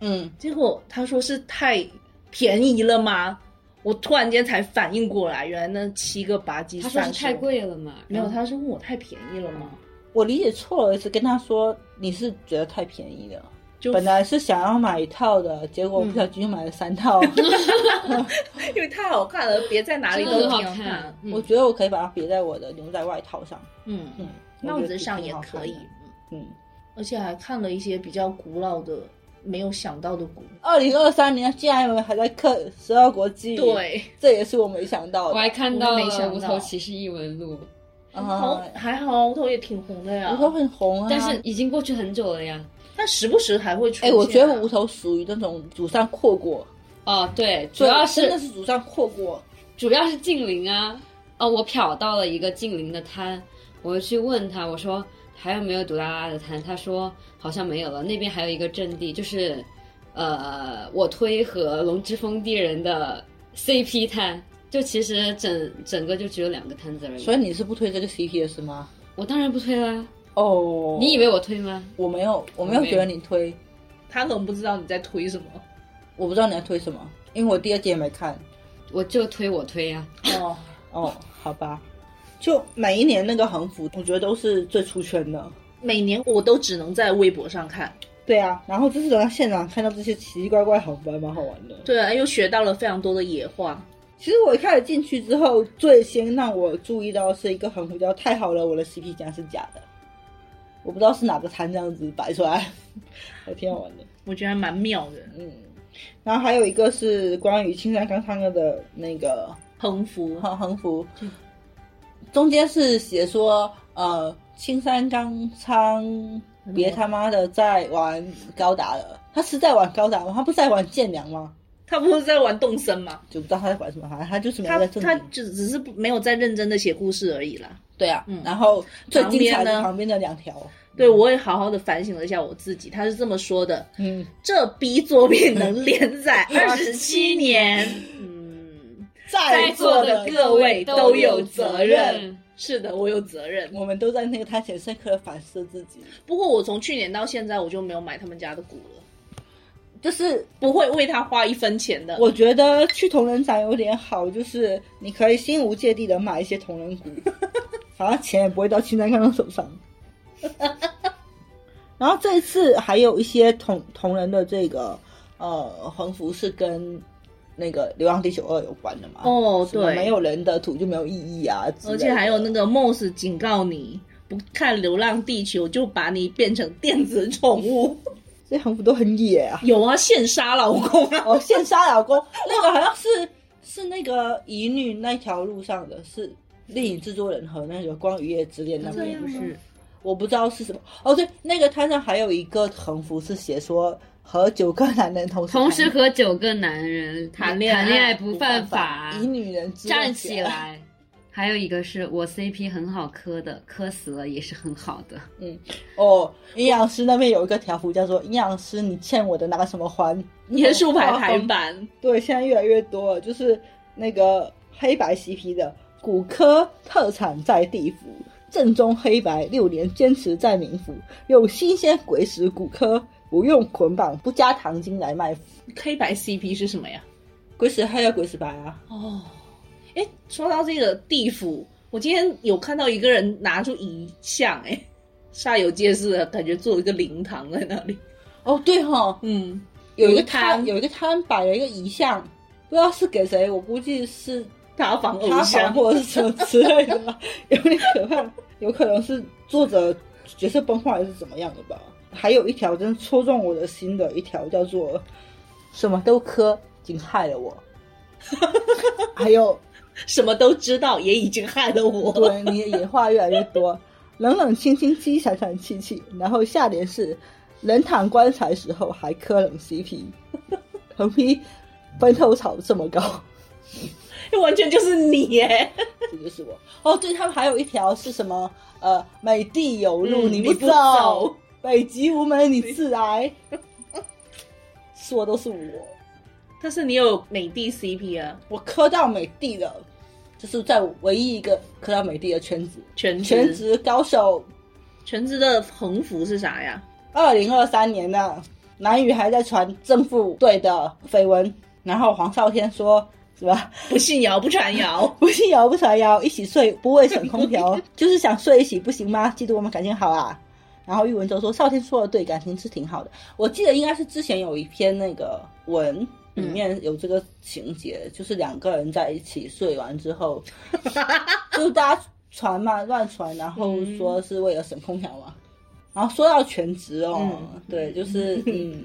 Speaker 1: 嗯，
Speaker 3: 结果他说是太便宜了吗？我突然间才反应过来，原来那七个吧唧
Speaker 2: 他说是
Speaker 3: 35
Speaker 2: 太，贵了嘛，
Speaker 3: 没有，
Speaker 2: 然后
Speaker 3: 他是问我太便宜了吗？
Speaker 1: 我理解错了，一直跟他说你是觉得太便宜了。
Speaker 3: 就嗯
Speaker 1: 本来是想要买一套的，结果不小心就买了三 套。
Speaker 3: 因为太好看了，别在哪里
Speaker 2: 真
Speaker 3: 都
Speaker 2: 的很好
Speaker 3: 挺
Speaker 2: 看，嗯
Speaker 1: 我觉得我可以把它别在我的牛仔外套上，
Speaker 3: 嗯
Speaker 1: 嗯，
Speaker 3: 帽子上也
Speaker 1: 我觉得挺好看的
Speaker 3: 可以，
Speaker 1: 嗯。
Speaker 3: 而且还看了一些比较古老的，没有想到的古。
Speaker 1: 二零二三年竟然有人还在刻十二国际，，
Speaker 3: 对，
Speaker 1: 这也是我没想到
Speaker 2: 我
Speaker 1: 的。
Speaker 2: 还看到
Speaker 3: 我没想
Speaker 2: 了
Speaker 3: 到
Speaker 2: 无头骑士异闻录，
Speaker 3: 头
Speaker 1: 啊，
Speaker 3: 还好，头也挺红的呀
Speaker 1: 无。头很红啊，
Speaker 2: 但是已经过去很久了呀。
Speaker 3: 但时不时还会出现
Speaker 1: 哎、
Speaker 3: 啊。
Speaker 1: 我觉得无头属于那种祖上阔过，
Speaker 2: 哦，对，主要
Speaker 1: 对真的
Speaker 2: 是
Speaker 1: 是祖上阔过，
Speaker 2: 主要是近邻啊。哦，我瞟到了一个近邻的摊，我去问他，我说还有没有杜拉拉的摊？他说好像没有了，那边还有一个阵地，就是呃，我推和龙之风地人的 CP 摊。就其实整整个就只有两个摊子而已
Speaker 1: 所，以你是不推这个 CP 的是吗？
Speaker 2: 我当然不推啦。
Speaker 1: 哦，
Speaker 2: 你以为我推吗？
Speaker 1: 我没有，我没有
Speaker 2: 我没有
Speaker 1: 觉得你推，
Speaker 3: 他可能不知道你在推什么。
Speaker 1: 我不知道你在推什么，因为我第二季也没看。
Speaker 2: 我就推我推呀、
Speaker 3: 哦，
Speaker 1: 哦，好吧，就每一年那个横幅，我觉得都是最出圈的。
Speaker 3: 每年我都只能在微博上看。
Speaker 1: 对啊，然后就是在现场看到这些奇奇怪怪横幅，还蛮好玩的。
Speaker 3: 对啊，又学到了非常多的野话。
Speaker 1: 其实我一开始进去之后，最先让我注意到是一个横幅叫“太好了，我的 CP 奖是假的”，我不知道是哪个摊这样子摆出来， 还挺好玩的。
Speaker 3: 我觉得还蛮妙的，
Speaker 1: 嗯，然后还有一个是关于青山刚昌的那个
Speaker 3: 横幅
Speaker 1: 横横幅，中间是写说呃青山刚昌别他妈的再玩高达了，他是在玩高达吗？他不是在玩剑良吗？
Speaker 3: 他不是在玩动森吗？
Speaker 1: 就不知道他在玩什么，反正他就是没有
Speaker 3: 他
Speaker 1: 在正
Speaker 3: 他
Speaker 1: 经。
Speaker 3: 只只是不没有在认真的写故事而已啦。
Speaker 1: 对啊，
Speaker 3: 嗯
Speaker 1: 然后最
Speaker 3: 旁边
Speaker 1: 精彩的
Speaker 3: 呢
Speaker 1: 旁边的两条，
Speaker 3: 对，我也好好的反省了一下我自己，他是这么说的：
Speaker 1: 嗯，
Speaker 3: 这逼作 品能连载二十七年。嗯，
Speaker 1: 在
Speaker 3: 座
Speaker 1: 座
Speaker 3: 的
Speaker 1: 的
Speaker 3: 各
Speaker 1: 各
Speaker 3: 位
Speaker 1: 位
Speaker 3: 都
Speaker 1: 都
Speaker 3: 有
Speaker 1: 有
Speaker 3: 责
Speaker 1: 责
Speaker 3: 任
Speaker 1: 任。
Speaker 3: 是的，我有责任。
Speaker 1: 我们都在那个摊前深刻的反思自己，
Speaker 3: 不过我从去年到现在，我就没有买他们家的股了，
Speaker 1: 就是
Speaker 3: 不会为他花一分钱的。
Speaker 1: 我觉得去同人展有点好，就是你可以心无芥蒂的买一些同 人股，反正钱也不会到青山刚昌手上。 然后这一次还有一些同同人的这个呃横幅是跟那个《流浪地球二》有关的嘛？
Speaker 3: 哦，
Speaker 1: 什么
Speaker 3: 对，
Speaker 1: 没，有人的土就没有意义啊，之类的
Speaker 3: 而且还有那个 Moss 警告你，不看《流浪地球》就把你变成电子宠物。
Speaker 1: 这横幅都很野啊。
Speaker 3: 有啊，现杀老公 啊，
Speaker 1: 哦，现杀老公，那个好像是是那个乙女那条路上的，是电影制作人和那个光与夜之恋那边
Speaker 3: 这样吗
Speaker 1: 是，我不知道是什么。哦，对，那个摊上还有一个横幅是写说和九个男人同时
Speaker 2: 同时
Speaker 1: 谈
Speaker 2: 和九个男人
Speaker 3: 谈恋
Speaker 2: 恋
Speaker 3: 爱
Speaker 2: 不
Speaker 1: 不
Speaker 2: 犯
Speaker 1: 法，以女人之
Speaker 2: 站
Speaker 1: 问
Speaker 2: 起。来。还有一个是我 CP 很好磕的，磕死了也是很好的。
Speaker 1: 哦，营养师那边有一个条幅叫做“营养师，你欠我的那个什么还”，哦
Speaker 3: 年数排排版，
Speaker 1: 对，现在越来越多了，就是那个黑白 CP 的骨科特产在地府，正宗黑白六年坚持在民府，用新鲜鬼使骨科，不用捆绑，不加糖精来卖腐。
Speaker 3: 黑白 CP 是什么呀？
Speaker 1: 鬼使黑和鬼使白啊，
Speaker 3: 哦，哎，说到这个地府，我今天有看到一个人拿出遗像，哎，煞有介事的感觉，做一个灵堂在那里。
Speaker 1: 哦，对哈、
Speaker 3: 嗯，
Speaker 1: 有一个
Speaker 3: 摊
Speaker 1: 摊，有一个摊摆了一个遗像，不知道是给谁，我估计是
Speaker 3: 塌房偶
Speaker 1: 他
Speaker 3: 像
Speaker 1: 仿，或者是什么之类的吧，有点可怕，有可能是作者角色崩坏还是怎么样的吧。还有一条真戳中我的心的一条叫做什么都科已经害了我，还有
Speaker 3: 什么都知道，也已经害了我。
Speaker 1: 对你的野话越来越多，冷冷清清，凄惨惨戚戚，然后下联是人躺棺材时候还磕冷 CP，横批分头草这么高。
Speaker 3: 完全就是你哎！
Speaker 1: 这就是我。哦，对，他们还有一条是什么？呃，美的有路、
Speaker 3: 嗯
Speaker 1: 你
Speaker 3: 你不
Speaker 1: 走，
Speaker 3: 走
Speaker 1: 北极无门你自来。 说的都是我，
Speaker 3: 但是你有美的 CP 啊，
Speaker 1: 我磕到美的了，就是在唯一一个磕到美的的圈子，
Speaker 3: 全职
Speaker 1: 全职高手。
Speaker 3: 全职的横幅是啥呀？
Speaker 1: 二零二三年呢，男羽还在传正负对的绯闻，然后黄少天说什么？。
Speaker 3: 不信谣，不传谣
Speaker 1: 不信谣不传谣，一起睡不为省空调，就是想睡一起不行吗？记得我们感情好啊。然后玉文就说：“少天说的对，感情是挺好的。我记得应该是之前有一篇那个文里面有这个情节，就是两个人在一起睡完之后， 就是大家传嘛，乱传，然后说是为了省空调嘛。然后说到全职哦，
Speaker 3: 嗯
Speaker 1: 对，就是嗯，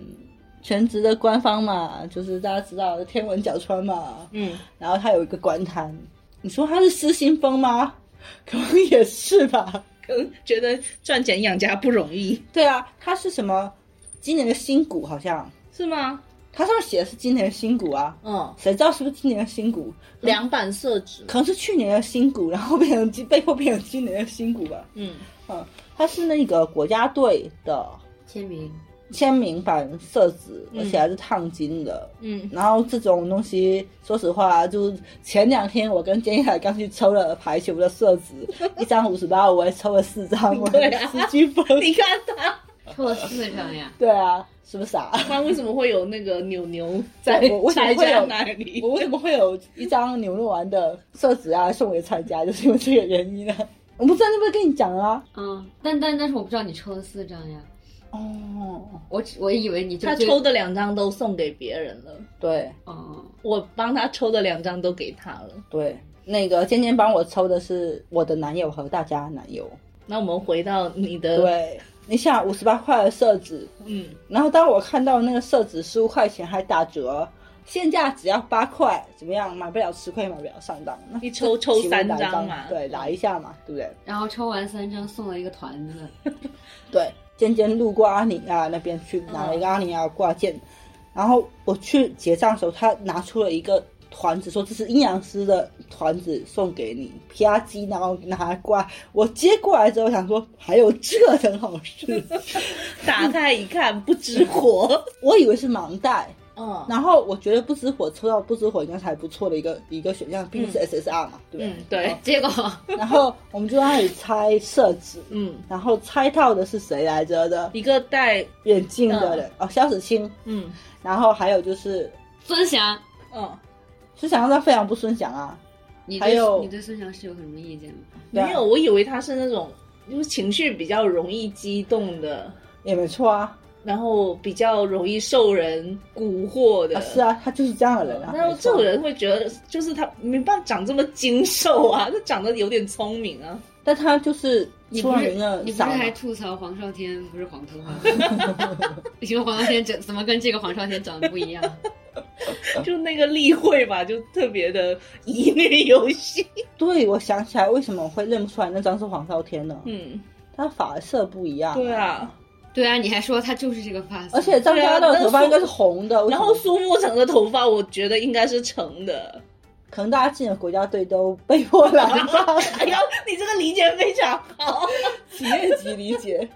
Speaker 1: 全职的官方嘛，就是大家知道的天文角川嘛，
Speaker 3: 嗯，
Speaker 1: 然后他有一个官摊，你说他是失心疯吗？ 可能也是吧。
Speaker 3: 可能觉得赚钱养家不容易，
Speaker 1: 对啊，他是什么？今年的新股好像，
Speaker 3: 是吗？
Speaker 1: 它上面写的是今年的新股啊，
Speaker 3: 嗯，
Speaker 1: 谁知道是不是今年的新股？
Speaker 3: 两版色纸。
Speaker 1: 可能是去年的新股，然后变成今被迫变成今年的新股吧。
Speaker 3: 嗯，
Speaker 1: 嗯，它是那个国家队的
Speaker 2: 签名，
Speaker 1: 签名版色纸，
Speaker 3: 嗯
Speaker 1: 而且还是烫金的。
Speaker 3: 嗯，
Speaker 1: 然后这种东西，说实话，就是前两天我跟建一海刚去抽了排球的色 纸，一张五十八，我还抽了四张，我
Speaker 3: 对啊
Speaker 1: 十几分。。
Speaker 3: 你看他，
Speaker 2: 抽了四张呀
Speaker 1: 对啊，是不是傻？
Speaker 3: 他为什么会有那个牛牛在
Speaker 1: 我我为什么
Speaker 3: 柴
Speaker 1: 会
Speaker 3: 家
Speaker 1: 有
Speaker 3: 那里
Speaker 1: 我？为什么会有一张牛肉丸的色纸啊送给蔡家，就是因为这个原因啊。我不知道那不是跟你讲了、啊？
Speaker 2: 嗯，但但但是我不知道你抽了四张呀，
Speaker 1: 哦，
Speaker 2: 我只我以为你就
Speaker 3: 他
Speaker 2: 最
Speaker 3: 抽的两张都送给别人了，
Speaker 1: 对
Speaker 2: 哦，
Speaker 3: 我帮他抽的两张都给他了。
Speaker 1: 对，那个尖尖帮我抽的是我的男友和大家男友。
Speaker 3: 那我们回到你的，，
Speaker 1: 对，你想五十八块的色纸，
Speaker 3: 嗯，
Speaker 1: 然后当我看到那个色纸十五块钱还打折，现价只要八块，怎么样？买不了吃亏，买不了上当。那
Speaker 3: 一抽抽
Speaker 1: 请问
Speaker 3: 三
Speaker 1: 打一
Speaker 3: 张嘛，
Speaker 1: 对，打一下嘛，对不对？
Speaker 2: 然后抽完三张送了一个团子，
Speaker 1: 对，尖尖路过阿尼亚那边去拿了一个阿尼亚挂件，然后我去结账的时候，他拿出了一个团子，说这是阴阳师的团子送给你，啪叽，然后拿来挂。我接过来之后想说，还有这等好事，
Speaker 3: 打开一看不知火，
Speaker 1: 我以为是盲袋，
Speaker 3: 嗯
Speaker 1: 然后我觉得不知火抽到不知火应该是还不错的一个一个选项，毕竟是 SSR 嘛，对不
Speaker 3: 嗯，
Speaker 1: 对？
Speaker 3: 对，
Speaker 2: 结果
Speaker 1: 对。然后我们就在那里猜设置，
Speaker 3: 嗯，
Speaker 1: 然后猜到的是谁来着的？
Speaker 3: 一个带，
Speaker 1: 眼镜的人、哦，肖子清。
Speaker 3: 嗯
Speaker 1: 然后还有就是
Speaker 2: 孙翔，
Speaker 3: 嗯，
Speaker 1: 孙翔，他非常不孙翔啊，
Speaker 2: 你
Speaker 1: 还有
Speaker 2: 对你对孙翔是有什么意见吗？
Speaker 1: 对啊
Speaker 3: 没有，我以为他是那种就是情绪比较容易激动的，
Speaker 1: 也没错啊，
Speaker 3: 然后比较容易受人蛊惑的。
Speaker 1: 啊是啊，他就是这样的人啊。
Speaker 3: 然后
Speaker 1: 没
Speaker 3: 这
Speaker 1: 错
Speaker 3: 种，人会觉得，就是他没办法长这么精瘦啊，他长得有点聪明啊。
Speaker 1: 但他就是
Speaker 2: 你
Speaker 1: 出
Speaker 2: 不
Speaker 1: 了
Speaker 2: 是
Speaker 1: 名的
Speaker 2: 你不是
Speaker 1: 傻嘛。
Speaker 2: 还吐槽黄少天不是黄头发吗？ 你说黄少天怎怎么跟这个黄少天长得不一样？
Speaker 3: 就那个例会吧，就特别的乙女游戏。
Speaker 1: 对，我想起来为什么我会认不出来那张是黄少天呢？
Speaker 3: 嗯，
Speaker 1: 他发色不一样。
Speaker 3: 对。啊。
Speaker 2: 对啊，你还说他就是这个发色，
Speaker 1: 而且张家乐的头发应该是红的，为什
Speaker 3: 然
Speaker 1: 么
Speaker 3: 后苏沐橙的头发，我觉得应该是橙的。
Speaker 1: 可能大家进了国家队都被迫染发，
Speaker 3: 哎呦，你这个理解非常好，
Speaker 1: 企业级理解，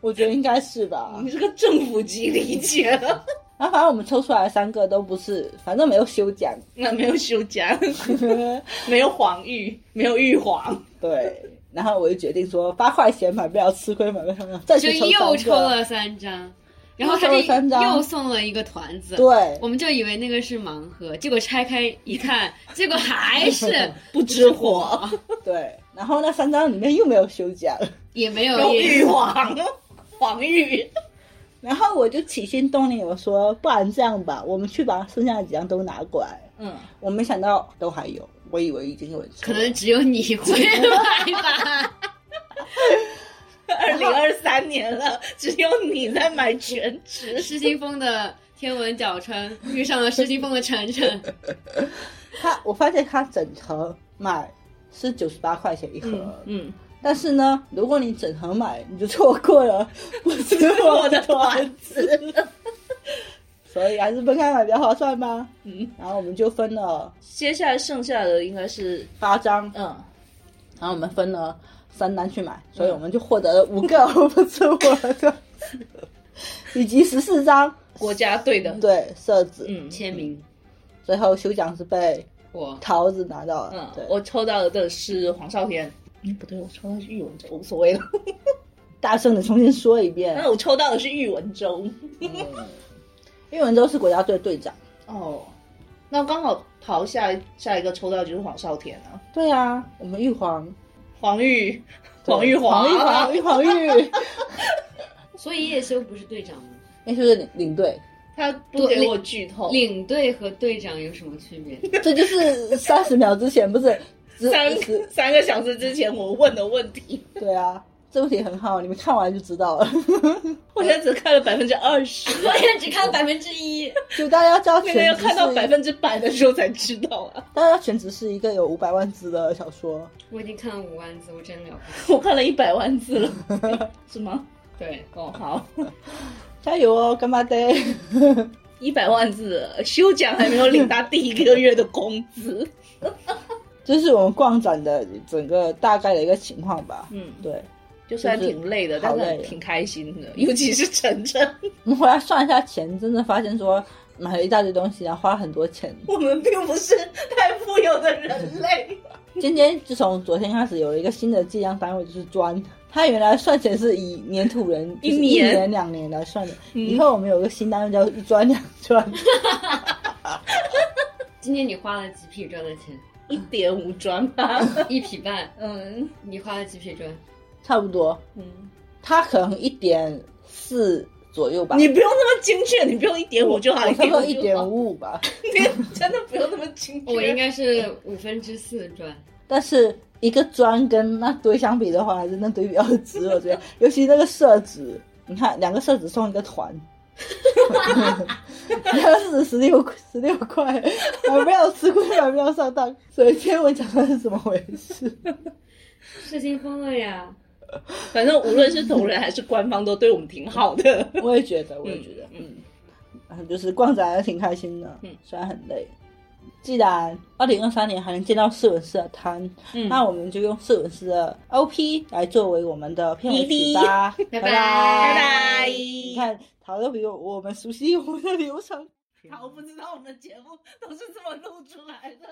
Speaker 1: 我觉得应该是吧
Speaker 3: 你。这个政府级理解了。
Speaker 1: 然后反正我们抽出来三个都不是，反正没有休奖。
Speaker 3: 那没有休假，没有黄玉，没有玉皇，
Speaker 1: 对，然后我就决定说八块钱买不了吃亏，买不了上当，再
Speaker 2: 就
Speaker 1: 去抽
Speaker 2: 又
Speaker 1: 三
Speaker 2: 抽
Speaker 1: 个。
Speaker 2: 了三张，然后他就
Speaker 1: 又送了三张
Speaker 2: 又送了一个团子，
Speaker 1: 对，
Speaker 2: 我们就以为那个是盲盒，结果拆开一看，结果还 是
Speaker 3: 不知火，
Speaker 1: 对，然后那三张里面又没有休假了，
Speaker 2: 也没有
Speaker 3: 有
Speaker 2: 也
Speaker 3: 玉皇，黄玉，
Speaker 1: 然后我就起心动念，我说不然这样吧，我们去把剩下的几张都拿过来。
Speaker 3: 嗯，
Speaker 1: 我没想到都还有，我以为已经有人收
Speaker 2: 可
Speaker 1: 了
Speaker 2: 能只有你 会买吧。
Speaker 3: 二零二三年了，只有你在买全职，
Speaker 2: 失心疯的天文角川遇上了失心疯的晨晨，
Speaker 1: 他，我发现他整盒买是九十八块钱一盒，
Speaker 3: 嗯，
Speaker 1: 但是呢，如果你整盒买，你就错过 了不吃我的团子。所以还是分开买比较划算吧。
Speaker 3: 嗯，
Speaker 1: 然后我们就分了
Speaker 3: 接下来剩下的应该是，
Speaker 1: 八张，
Speaker 3: 嗯，
Speaker 1: 然后我们分了三单去买，所以我们就获得了五 个我不吃我的团子，以及十四张
Speaker 3: 国家队的，
Speaker 1: 对色子。
Speaker 3: 嗯
Speaker 2: 签名
Speaker 1: 最后修奖是被
Speaker 2: 我
Speaker 1: 桃子拿到了。
Speaker 3: 嗯
Speaker 1: 对，，
Speaker 3: 我抽到的是黄少天，嗯，不对，我抽到是喻文州，无所谓了，
Speaker 1: 大圣，你重新说一遍
Speaker 3: 但。 是我抽到的是喻文 州，
Speaker 1: 岳文州是国家队队长。
Speaker 3: 哦，那刚好跑下下一个抽到就是黄少天啊，
Speaker 1: 对啊，我们玉皇，
Speaker 3: 黄玉，
Speaker 1: 对
Speaker 3: 黄玉
Speaker 1: 黄玉
Speaker 3: 皇
Speaker 1: 皇，玉皇玉，
Speaker 2: 所以叶修不是队长吗？
Speaker 1: 那就是领领队，
Speaker 3: 他不给我剧透，
Speaker 2: 领队和队长有什么区别？
Speaker 1: 这就是三十秒之前不是？只
Speaker 3: 三
Speaker 1: 只
Speaker 3: 三个小时之前我问的问题，
Speaker 1: 对啊，这问题很好，你们看完就知道了。
Speaker 3: 我现在只看了百分之二十，
Speaker 2: 我也只看百分之一，
Speaker 1: 就大家知道
Speaker 3: 那个 要
Speaker 1: 全职
Speaker 3: 看到百
Speaker 1: 是，
Speaker 3: 分之百的时候才知道啊。
Speaker 1: 大家全职是一个有五百万字的小说，
Speaker 2: 我已经看了五万字，我真了不起。
Speaker 3: 我看了一百万字了， 诶是吗？
Speaker 2: 对，
Speaker 3: 哦，好，
Speaker 1: 加油哦，干妈爹！
Speaker 3: 一百万字了，休奖还没有领他第一个月的工资。
Speaker 1: 这是我们逛展的整个大概的一个情况吧。
Speaker 3: 嗯，
Speaker 1: 对，
Speaker 3: 就算挺累啊的，但
Speaker 1: 好累
Speaker 3: 是
Speaker 1: 了
Speaker 3: 挺开心的，尤其是晨晨，
Speaker 1: 我们回来算一下钱，真的发现说买了一大堆东西，然后花了很多钱。
Speaker 3: 我们并不是太富有的人类。
Speaker 1: 今天自从昨天开始有了一个新的计量单位，就是砖。它原来算钱是以年土人
Speaker 3: 一
Speaker 1: 就是
Speaker 3: 年嗯
Speaker 1: 年两年来算的，以后我们有个新单位叫一砖两 砖，
Speaker 2: 今天你花了几匹砖的钱？
Speaker 3: 一点五砖吧，
Speaker 2: 一匹半，
Speaker 3: 嗯
Speaker 2: 你花了几匹砖？
Speaker 1: 差不多。
Speaker 3: 嗯，
Speaker 1: 它可能一点四左右吧，
Speaker 3: 你不用那么精确，你不用一点五就好，
Speaker 1: 我差不多
Speaker 3: 1.5
Speaker 1: 一
Speaker 3: 就好
Speaker 1: 点，五五吧，
Speaker 3: 你真的不用那么精确。
Speaker 2: 哦我应该是五分之四砖。
Speaker 1: 但是一个砖跟那堆相比的话，还是那堆比较值。我觉得，尤其那个色纸，你看两个色纸送一个团，两个色纸十六十六块，买不了吃亏，买不了上当。所以天文讲的是怎么回 事？
Speaker 2: 失心疯了呀！
Speaker 3: 反正无论是同仁还是官方，都对我们挺好的。
Speaker 1: 我也觉得，我也觉得，嗯，然后就是逛展还挺开心的，
Speaker 3: 嗯
Speaker 1: 虽然很累。既然二零二三年还能见到四文师的摊，
Speaker 3: 嗯
Speaker 1: 那我们就用四文师的 OP 来作为我们的片尾曲吧，
Speaker 2: 拜
Speaker 1: 拜
Speaker 2: 拜
Speaker 3: 拜
Speaker 1: 你看，陶乐比我我们熟悉我们的流程。
Speaker 3: 好，不知道我们的节目都是这么录出来的。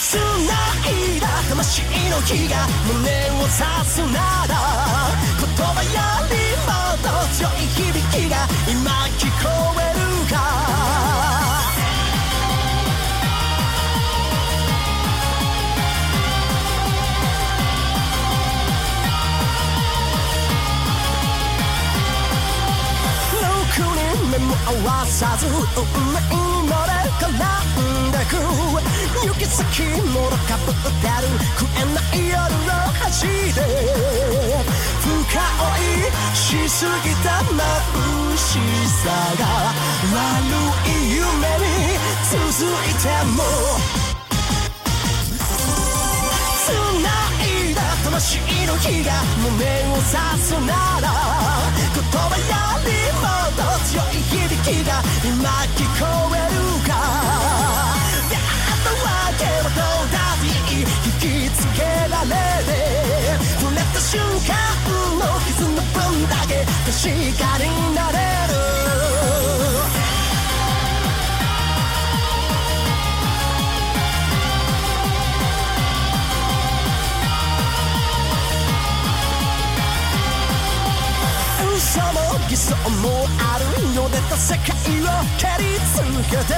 Speaker 4: 繋いだ魂の火が胸を刺すなら言葉よりもっと強い響きが今聞こえるか6人目も合わさず運命ので絡んでく行き先もろかぶってる食えない夜の端で深追いしすぎた眩しさが悪い夢に続いても繋いだ魂の火が胸を刺すなら言葉よりもっと強い響きが今聞こえるか出会ったわけはどうだっていい引きつけられて触れた瞬間の傷の分だけ確かになれる嘘も偽装もあるよ出た世界を蹴り続けて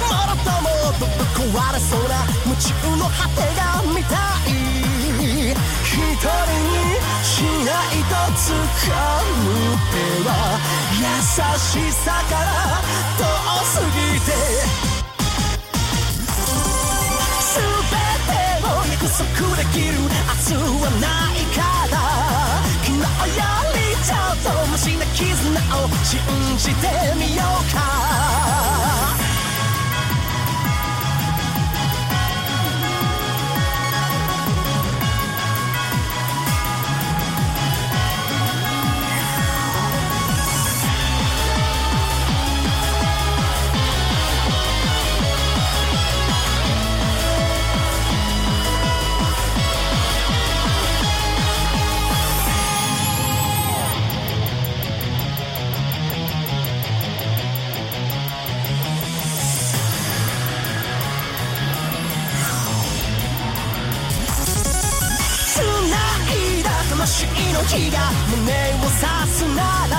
Speaker 4: もろともどぶ壊れそうな夢中の果てが見たい一人にしないと掴む手は優しさから遠すぎて全てを約束できる明日はないから昨日よりちょっとマシな絆を信じてみようか繋いだ魂の火が胸を刺すなら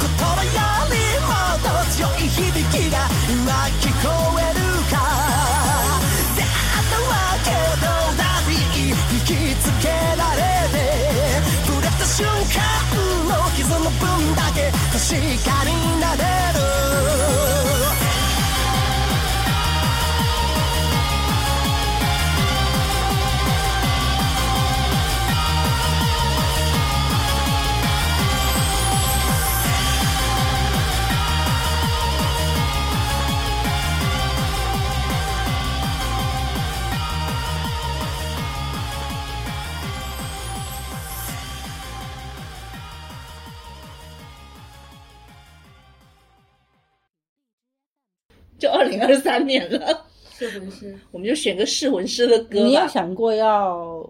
Speaker 4: 心よりもっと強い響きが今聞こえるか出会ったわけどラビー引きつけられて触れた瞬間の傷の分だけ確かになれる
Speaker 3: 就二零二三年了，
Speaker 2: 是不是？
Speaker 3: 我们就选个试魂师的歌吧。
Speaker 1: 你有想过要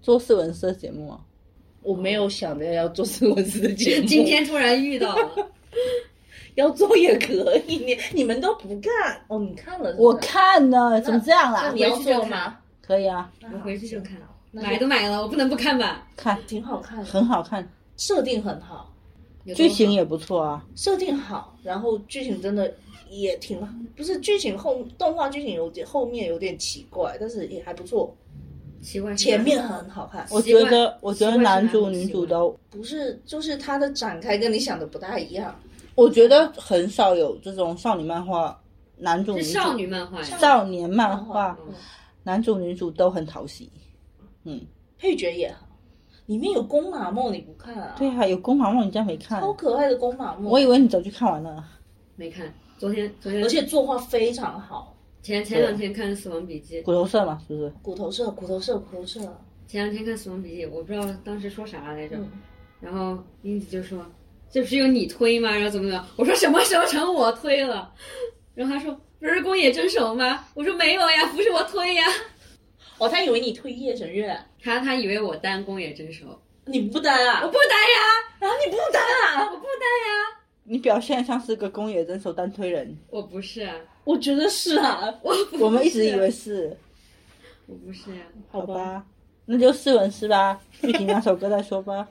Speaker 1: 做四文社节目吗？
Speaker 3: 我没有想着要做斯文斯的节目，
Speaker 2: 今天突然遇到 了，
Speaker 3: 要做也可以，你你们都不看哦？你看了
Speaker 2: 嗯
Speaker 3: 是吧
Speaker 1: 我看呢，怎么这样
Speaker 3: 那
Speaker 1: 啦
Speaker 3: 你？要
Speaker 2: 回去就
Speaker 3: 做
Speaker 2: 看
Speaker 3: 吗？
Speaker 1: 可以啊，
Speaker 2: 我回去就看，
Speaker 3: 那
Speaker 2: 买都买了，我不能不看吧？
Speaker 1: 看
Speaker 3: 挺好看的，
Speaker 1: 很好看，
Speaker 3: 设定很好，
Speaker 2: 有多
Speaker 1: 剧
Speaker 2: 好
Speaker 1: 情也不错啊。
Speaker 3: 设定好，然后剧情真的也挺好，不是剧情后动画剧情有点后面有点奇怪，但是也还不错，
Speaker 2: 奇怪，
Speaker 3: 前面很好看，
Speaker 1: 我
Speaker 2: 习惯
Speaker 1: 觉得，我觉得男
Speaker 2: 习
Speaker 1: 主
Speaker 2: 惯是男的
Speaker 1: 女
Speaker 2: 习
Speaker 1: 主
Speaker 2: 惯
Speaker 1: 都，
Speaker 3: 不是就是它的展开跟你想的不大一样，
Speaker 1: 我觉得很少有这种少女漫画男主
Speaker 2: 是
Speaker 1: 女
Speaker 2: 少
Speaker 1: 主
Speaker 2: 女漫画呀，
Speaker 1: 少年漫
Speaker 3: 漫画
Speaker 1: 画
Speaker 2: 嗯
Speaker 1: 男主女主都很讨喜。嗯，
Speaker 3: 配角也好，里面有宫马梦你不看啊？
Speaker 1: 对啊，有宫马梦你竟然没看
Speaker 3: 超，可爱的宫马梦，
Speaker 1: 我以为你早就看完了。
Speaker 2: 没看。昨天，昨天，
Speaker 3: 而且作画非常好。
Speaker 2: 前前两天看《死亡笔记》，
Speaker 1: 骨头社嘛，是不是？
Speaker 3: 骨头社，骨头社，骨头社。
Speaker 2: 前两天看《死亡笔记》，我不知道当时说啥来着，
Speaker 3: 嗯
Speaker 2: 然后英子就说：“这不是由你推吗？”然后怎么怎么样？我说什么时候成我推了？然后他说：“不是宫野真守吗？”我说：“没有呀，不是我推呀。
Speaker 3: 哦，他以为你推夜神月，
Speaker 2: 他”他以为我担宫野真守，
Speaker 3: 你不担啊？
Speaker 2: 我不担
Speaker 3: 啊，你不担
Speaker 2: 呀，
Speaker 3: 啊？
Speaker 2: 我不担呀，
Speaker 1: 你表现像是个宫野真守单推 人，
Speaker 2: 我不是啊，
Speaker 3: 我觉得是啊，
Speaker 2: 我不
Speaker 1: 我们一直以为是，
Speaker 2: 我不是呀。
Speaker 1: 好吧，那就试文是吧？具体哪首歌再说吧。